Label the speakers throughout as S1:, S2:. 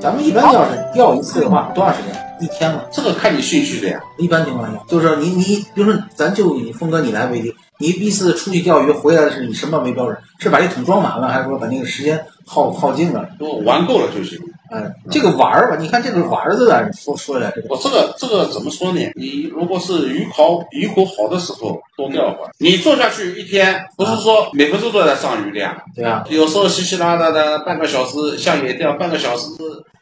S1: 咱们一般要是钓一次的话，多长时间？一天嘛。
S2: 这个看你兴趣的呀。
S1: 一般情况下，就是你你，比如说，咱就以峰哥你来为例，你一次出去钓鱼回来的是你什么为标准？是把这桶装满了，还是说把那个时间耗耗尽了？
S2: 我玩够了就行。
S1: 哎，这个玩儿吧，你看这个玩儿字啊，说说起来这个
S2: 我这个这个怎么说呢？你如果是鱼烤鱼口好的时候多钓会儿，你坐下去一天，不是说每分钟都在上鱼的呀。
S1: 对吧？
S2: 有时候稀稀拉拉的半个小时下野钓，半个小时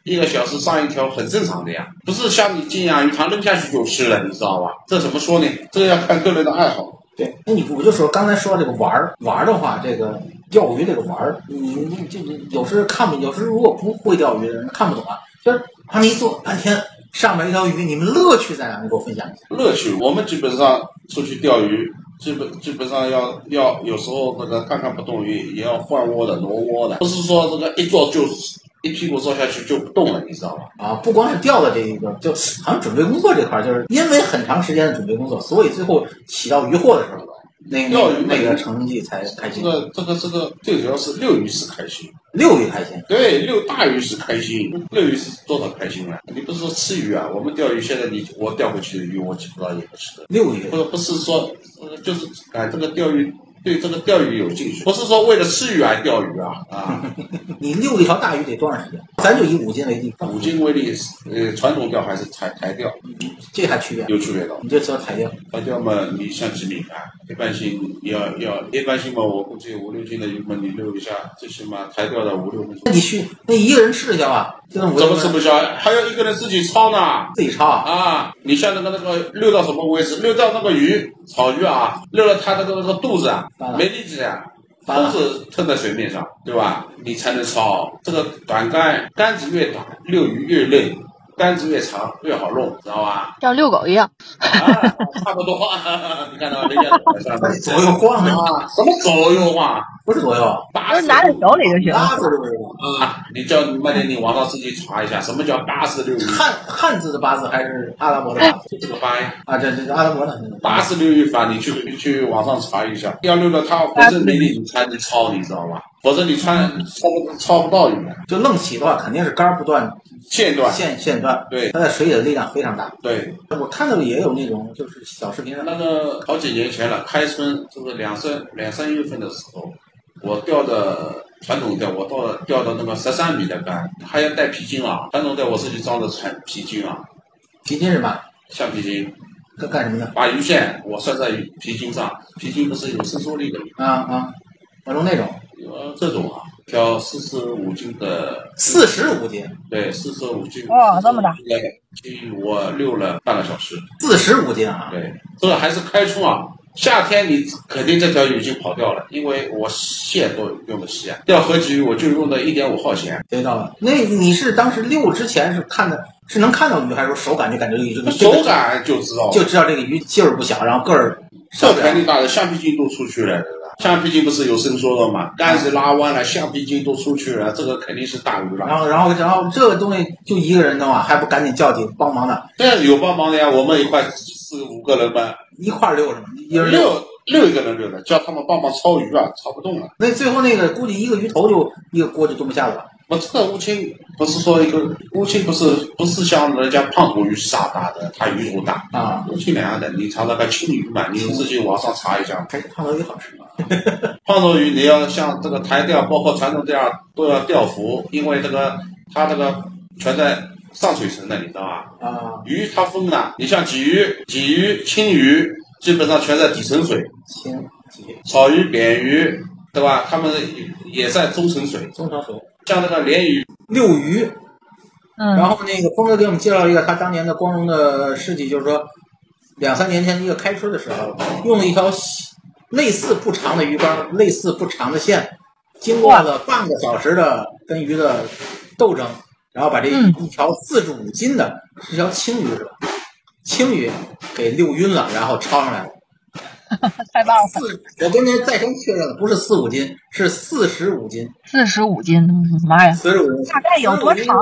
S2: 一个小时上一条很正常的呀，不是像你进啊养鱼塘扔下去就吃了，你知道吧？这怎么说呢？这个要看个人的爱好。
S1: 对，那你我就说刚才说这个玩儿玩儿的话，这个钓鱼这个玩儿，你你就你有时看不，有时如果不会钓鱼的人看不懂啊，就是他们一坐半天，上面一条鱼，你们乐趣在哪？你给我分享一下。
S2: 乐趣，我们基本上出去钓鱼，基本基本上要要有时候那个看看不动鱼，也要换窝的、挪窝的，不是说这个一坐就一屁股坐下去就不动了，你知道吧？
S1: 啊，不光是钓的这一个，就好像准备工作这块儿，就是因为很长时间的准备工作，所以最后起到渔获的时候，那
S2: 钓
S1: 个
S2: 鱼
S1: 那个成绩才开
S2: 这
S1: 心。
S2: 个这个这个最主要是遛鱼是开心，
S1: 六鱼开心，
S2: 对，遛大鱼是开心，遛鱼是多少开心啊！你不是说吃鱼啊？我们钓鱼现在你我钓回去的鱼，我基本上也不吃的。
S1: 六鱼
S2: 不不是说，呃就是哎，这个钓鱼对这个钓鱼有兴趣，不是说为了吃鱼而钓鱼啊啊！
S1: 你遛一条大鱼得多长时间？咱就以五斤为例，
S2: 五金威力，呃，传统钓还是台台钓
S1: 这还区别？
S2: 有区别的。
S1: 你这叫台钓，
S2: 台钓嘛，你像几米啊？一般性要要一般性嘛，我估计五六斤的鱼嘛，你溜一下，最起码台钓了五六分钟。
S1: 那你去那一个人吃得消啊？这种
S2: 怎么吃不消？还有一个人自己抄呢。
S1: 自己抄啊？
S2: 啊，你像那个那个溜到什么位置？溜到那个鱼，草鱼啊，溜到它那个那个肚子啊
S1: 翻了，
S2: 没力气啊，
S1: 翻了
S2: 都是撑在水面上，对吧？你才能抄。这个短杆杆子越短，遛鱼越累，杆子越长越好弄，知道吧？
S3: 像遛狗一样，
S2: 啊，差不多。 你看到人家怎么上
S1: 那
S2: 的
S1: 得 左右晃啊，
S2: 什么左右啊？
S1: 不是左右啊，
S2: 打
S3: 就是
S2: 死
S3: 拿在手里就行。
S1: 八字六鱼。
S2: 啊！你叫慢点，你网上自己查一下，什么叫八十六鱼？
S1: 汉汉字的八字还是阿拉伯的八字
S2: 这个发音。
S1: 啊？这这这阿拉伯的那个
S2: 八十六一法，你去你去网上查一下，要溜到他浑身没力，你才能抄，你知道吧？否则你穿抄不抄不到你的
S1: 就愣起的话，肯定是杆儿不断，
S2: 线段。
S1: 线线断。
S2: 对
S1: 它在水里的力量非常大。
S2: 对，
S1: 我看到也有那种就是小视频上的，
S2: 那个好几年前了，开春就是两三两三月份的时候，我钓的传统钓，我到了钓到那个十三米的竿，还要带皮筋啊。传统钓我是去装的船皮筋啊，
S1: 皮筋是吧？
S2: 橡皮筋，
S1: 干干什么的？
S2: 把鱼线我拴在鱼皮筋上，皮筋不是有伸缩力的吗？
S1: 啊啊，我说那种
S2: 呃，这种啊，挑四十五斤的
S1: 四十五斤，
S2: 对，四十五斤。
S3: 哦这么大。
S2: 对，我溜了半个小时。
S1: 四十五斤啊！
S2: 对，这个还是开春啊。夏天你肯定这条鱼已经跑掉了，因为我线都用的细啊。钓合鲫鱼我就用的一点五号线，
S1: 学到了。那你是当时遛之前是看的，是能看到鱼，还是说手感就感觉这个
S2: 手感就知道了。
S1: 就知道这个鱼劲儿不小，然后个儿
S2: 这
S1: 上不
S2: 肯
S1: 了。
S2: 定大的，橡皮筋都出去了。橡皮筋不是有伸缩的嘛？杆子拉弯了，橡皮筋都出去了，这个肯定是大鱼了。
S3: 啊
S1: 然后，然后，然后这个东西就一个人的话，还不赶紧叫几个帮忙的，
S2: 这有帮忙的呀，我们一块四五个人嘛，
S1: 一块儿遛什么？一人遛。
S2: 六六个人六的，叫他们帮忙抄鱼啊，抄不动了。
S1: 那最后那个估计一个鱼头就一个锅就蹲不下了吧？
S2: 我这个乌青不是说一个乌青不是不是像人家胖头鱼傻大的，它鱼头大。
S1: 啊，
S2: 乌青两样的，你查那个青鱼嘛，你自己网上查一下。
S1: 还是胖头鱼好吃吧？
S2: 胖头鱼你要像这个台钓，包括传统钓都要钓浮，因为这个它这个全在上水层的，你知道吧？
S1: 啊，
S2: 鱼它分的，你像鲫鱼、鲫鱼、青鱼，基本上全在底层水，
S1: 行，几
S2: 草鱼、扁鱼，对吧？它们也在中层水。
S1: 中长手
S2: 像那个鲢鱼，
S1: 遛鱼。
S3: 嗯，
S1: 然后那个峰哥给我们介绍一个他当年的光荣的事迹，就是说两三年前一个开春的时候，用了一条类似不长的鱼竿，类似不长的线，经过了半个小时的跟鱼的斗争，然后把这
S3: 嗯
S1: 一条四至五斤的，这条青鱼是吧？青鱼给溜晕了，然后抄上来了。
S3: 太棒了，
S1: 四，我跟您再三确认了，不是四五斤，是四十五斤，
S3: 四十五斤，嗯妈呀，
S1: 四十五斤
S3: 大概有多长？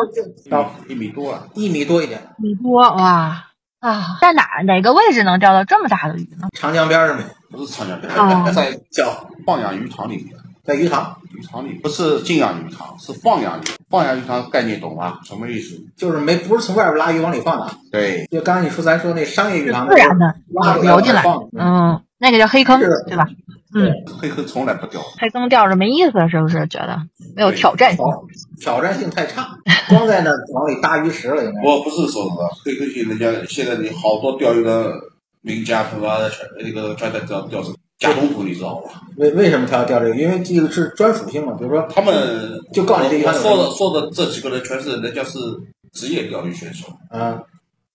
S1: 到
S2: 一米多啊，
S1: 一米多一点。
S3: 米多哇啊！在哪哪个位置能钓到这么大的鱼呢？
S1: 长江边儿上面，
S2: 不是长江边
S3: 哦，
S2: 在
S1: 叫
S2: 放养鱼塘里面。
S1: 在鱼塘，
S2: 鱼塘里不是禁养鱼塘，是放养鱼。放养鱼塘概念懂吗？什么意思？
S1: 就是没不是从外边拉鱼往里放的啊。
S2: 对，
S1: 就刚才你说咱说那商业鱼
S3: 是
S1: 塘，
S3: 自然的
S1: 拉出来
S3: 流进来
S1: 往里放，
S3: 嗯，那个叫黑坑
S1: 是
S3: 对吧？嗯，
S2: 黑客从来不钓。
S3: 黑坑钓着没意思，是不是？觉得没有挑战性？
S1: 挑挑战性太差，光在那儿往里搭鱼食了，应该。
S2: 我不是说什么黑客去人家现在你好多钓鱼的名家，他妈的全那个专门钓钓什么假东浦，你知道吧？
S1: 为为什么他要钓这个？因为这个是专属性嘛，比如说
S2: 他们
S1: 就告诉你这一
S2: 我
S1: 盘有
S2: 说
S1: 什
S2: 的
S1: 么
S2: 说的这几个人全是人家是职业钓鱼选手，
S1: 啊，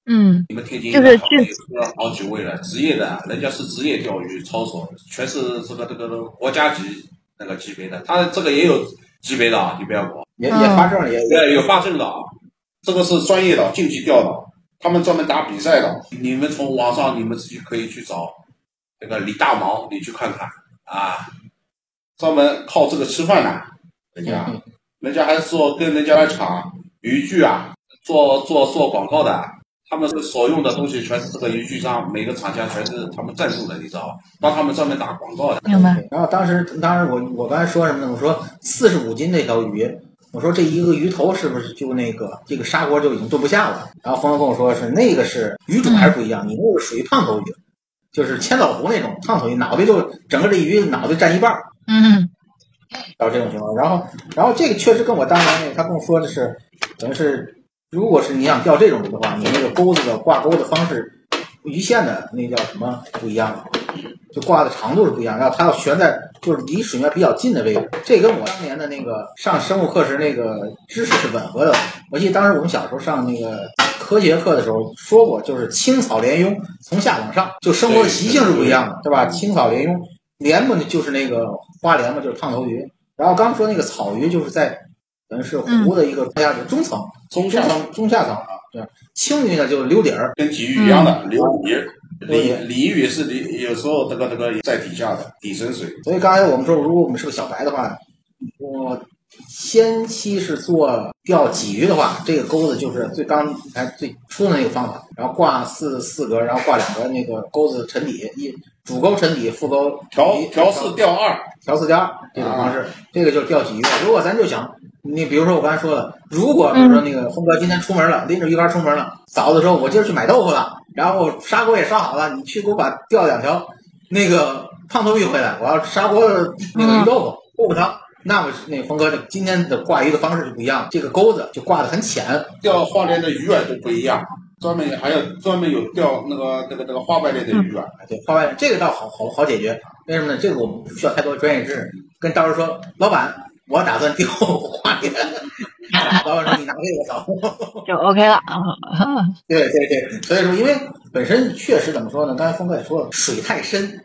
S3: 嗯，
S2: 你们天津
S3: 就是
S2: 好
S3: 去
S2: 了好几位了，职业的，啊人家是职业钓鱼操手，全是这个这个国家级那个级别的，他这个也有级别的啊，你不要管。
S1: 也也
S3: 嗯
S1: 发证了，也也
S2: 对，有发证的啊，这个是专业的竞技钓的，他们专门打比赛的。你们从网上你们自己可以去找那个李大毛，你去看看啊，专门靠这个吃饭的、人家、
S1: 嗯
S2: 人家还说跟人家来抢渔具啊，做做做广告的。他们所用的东西全是这个渔具上，每个厂家全是他们赞助的，你知道吧？帮他们专门打广告的。
S3: 明白。
S1: 然后当时当时我我刚才说什么呢？我说四十五斤这条鱼，我说这一个鱼头是不是就那个这个砂锅就已经炖不下了？然后冯友跟我说是那个是鱼种还是不一样，你那个属于胖头鱼，就是千岛湖那种胖头鱼，脑袋就整个这鱼脑袋占一半儿，
S3: 嗯，
S1: 到这种情况。然后然后这个确实跟我当年那个他跟我说的是，等于是如果是你想钓这种鱼的话，你那个钩子的挂钩的方式，鱼线的那叫什么不一样了。就挂的长度是不一样，然后它要悬在就是离水面比较近的位置，这跟我当年的那个上生物课时那个知识是吻合的。我记得当时我们小时候上那个科学课的时候说过，就是青草连蛹，从下往上，就生活的习性是不一样的，对吧？青草连蛹，连嘛就是那个花连嘛，就是胖头鱼。然后刚说那个草鱼就是在等于是湖的一个下的中层、
S2: 中
S1: 中
S2: 下
S1: 层、中下层啊，对。青鱼呢就是溜底儿，
S2: 跟体育一样的，流泥，鲤
S1: 嗯对
S2: 鲤鱼是鲤，有时候这个这个也在底下的底层水，
S1: 所以刚才我们说，如果我们是个小白的话，我先期是做钓鲫鱼的话，这个钩子就是最刚才最初的那个方法，然后挂四四格，然后挂两个那个钩子沉底，一主钩沉底，副钩
S2: 调
S1: 一
S2: 调四调二，
S1: 调四加二这种方式，这个就是钓鲫鱼。如果咱就想，你比如说我刚才说的，如果比如说那个峰哥今天出门了，拎着鱼竿出门了，嫂子说我今儿去买豆腐了，然后砂锅也烧好了，你去给我把钓两条那个胖头鱼回来，我要砂锅那个鱼豆腐豆腐汤。那么那峰哥这今天的挂鱼的方式就不一样，这个钩子就挂的很浅，
S2: 钓花鲢的鱼饵都不一样，专门还有专门有钓那个那个那个花白鲢的鱼饵，啊
S1: 啊对，花外这个倒好好好解决，为什么呢？这个我们不需要太多专业知识，跟到时候说，老板，我打算钓花鲢， 老板说你拿这个走。
S3: 就 OK 了啊。
S1: 对对对，所以说，因为本身确实怎么说呢？刚才峰哥也说了，水太深，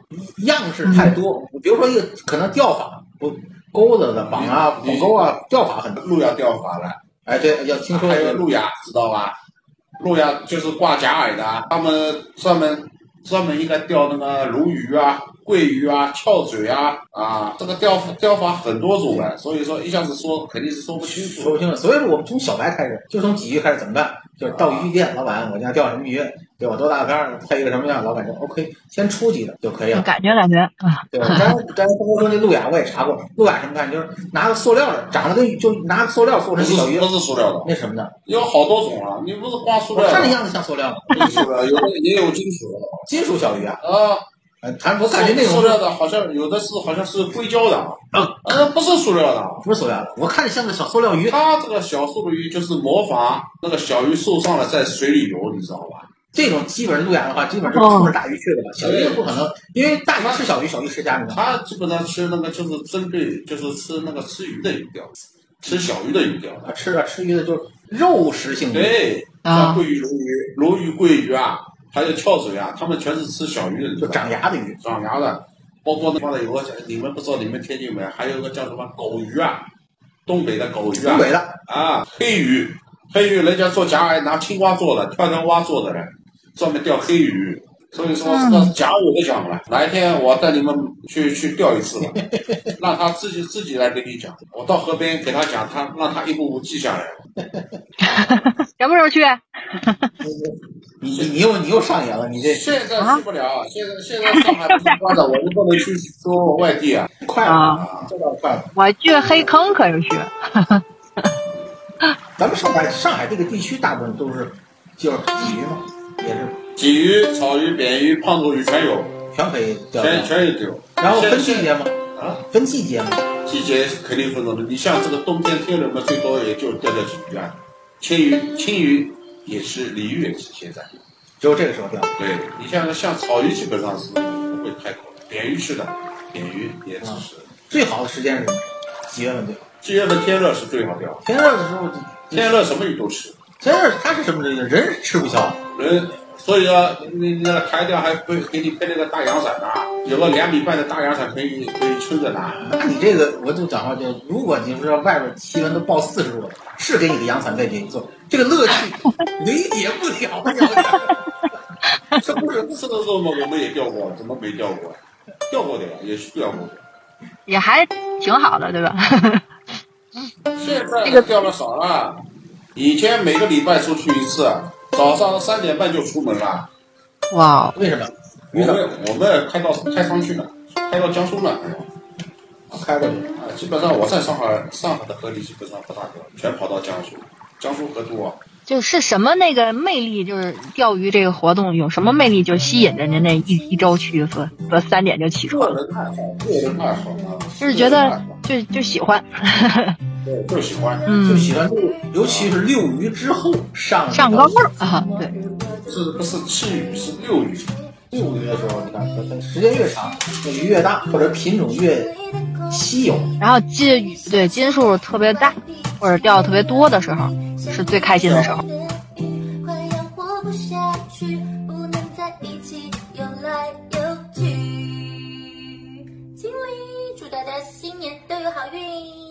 S1: 样式太多。
S2: 嗯
S1: 比如说一个可能钓法，不钩子的绑啊、
S2: 嗯
S1: 绑钩啊，钓法很多。
S2: 路亚钓法了，
S1: 哎，对，要听说
S2: 还有
S1: 这个
S2: 路亚知道吧？路亚就是挂假饵的，啊他们专门专门应该钓那个鲈鱼啊、桂鱼啊、翘嘴啊啊，这个钓钓法很多种了，所以说一下子说肯定是说不清楚
S1: 说。不清楚。所以说，我们从小白开始，就从鲫鱼开始怎么办？就是到鱼店，老板，我家钓什么鱼，给我多大杆儿，配一个什么样，老板说 OK，先初级的就可以
S3: 就
S1: 了。
S3: 感觉感觉啊，
S1: 对，刚才刚才峰哥说那路亚我也查过，路亚什么概念？就是拿个塑料的，长得跟就拿个塑料做
S2: 不
S1: 成
S2: 是
S1: 小鱼
S2: 不，是塑料的，
S1: 那什么的，
S2: 有好多种啊，你不是光塑
S1: 我
S2: 料
S1: 看
S2: 的，
S1: 着样子像塑料吗，
S2: 金属的，有的也有金属的
S1: 金属小鱼啊。
S2: 啊。
S1: 呃，咱我感觉那
S2: 塑
S1: 种
S2: 料的，好像有的是好像是硅胶的
S1: 啊，
S2: 呃，不是塑料的。
S1: 不是塑料的，我看着像个小塑料鱼。
S2: 它这个小速鱼就是模仿那个小鱼受伤了在水里游，你知道吧？
S1: 这种基本上路亚的话，基本上是
S2: 哦
S1: 冲着大鱼去的吧，小鱼也不可能，因为大鱼吃小鱼，小鱼吃虾米嘛。
S2: 它基本上吃那个就是针对就是吃那个吃鱼的鱼钓，吃小鱼的鱼钓。
S1: 啊，吃啊吃鱼的就是肉食性的，
S2: 对，
S1: 啊
S2: 像桂鱼、鲈鱼、鲈鱼、桂鱼啊，还有翘嘴啊，它们全是吃小鱼的，你知
S1: 就
S2: 道吧
S1: 长牙的鱼。
S2: 长牙的，包括那方的有个叫你们不知道你们天津有没有，还有个叫什么狗鱼啊，东北的狗鱼啊
S1: 东，北的
S2: 啊黑鱼，还有人家做假饵拿青蛙做的、跳跳蛙做的嘞，专门钓黑鱼。所以说
S3: 嗯
S2: 这个假我都讲不来，哪一天我带你们去去钓一次吧，让他自己自己来给你讲。我到河边给他讲，他让他一步步记下来。
S3: 什么时候去？
S1: 你你你又你又上演了，你这
S2: 现在去不了，啊现在现在上海不是关的，我们不能去说外地啊。
S1: 快了，这倒快了。
S3: 我去黑坑可是去，
S1: 咱们上海上海这个地区大部分都是就是鲫鱼嘛，也是
S2: 鲫鱼、草鱼、扁鱼、胖头鱼全有，
S1: 全可以钓
S2: 全
S1: 的。
S2: 全有丢。
S1: 然后分季
S2: 现
S1: 节嘛，
S2: 啊，
S1: 分季节嘛，
S2: 季节肯定分的。你像这个冬天天冷嘛，最多也就钓钓鲫鱼啊，青鱼、青鱼也是，鲤鱼也是现在。
S1: 只有这个时候钓。
S2: 对你像像草鱼基本上是不会开口的，扁鱼是的，扁鱼也只是
S1: 最好的时间是什么时候？几月份钓？
S2: 七月份天热是最好钓，
S1: 天热的时候，
S2: 天热什么鱼都吃。
S1: 天热它是什么东西？人吃不消，
S2: 人所以说你你那个台钓还会给你配那个大阳伞呐、有个两米半的大阳伞可以可以撑着拿。
S1: 那你这个我就讲话就，如果你说外边气温都报四十度了，是给你个阳伞在这一坐，这个乐趣理解不了了。
S2: 这不是吃的时候嘛，我们也钓过，怎么没钓过呀？钓过的呀，也是钓过的。
S3: 也还挺好的，对吧？
S2: 现在钓的少了，以前每个礼拜出去一次，早上三点半就出门了。
S3: 哇哦，
S1: 为什么？
S2: 我们我们开到开仓去了，开到江苏了。
S1: 开过去，
S2: 啊，基本上我在上海上海的河里基本上不大钓，全跑到江苏。江苏河多、啊，
S3: 就是什么那个魅力，就是钓鱼这个活动有什么魅力，就吸引着您那一一周去说说三点就起
S2: 个
S3: 床，
S2: 人爱好，个人爱好啊，
S3: 就是觉得就就喜 欢，
S2: 对就喜欢。
S1: 就
S3: 嗯，
S1: 喜欢遛，尤其是遛鱼之后上
S3: 上高位儿啊，对，
S2: 是不是赤鱼是六鱼？
S1: 遛鱼的时候，你看它它时间越长，这鱼越大，或者品种越稀有。
S3: 然后金对金数特别大，或者钓的特别多的时候，是最开心的时候。
S4: 快要活不下去，不能在一起游来游去。经理，祝大家新年都有好运。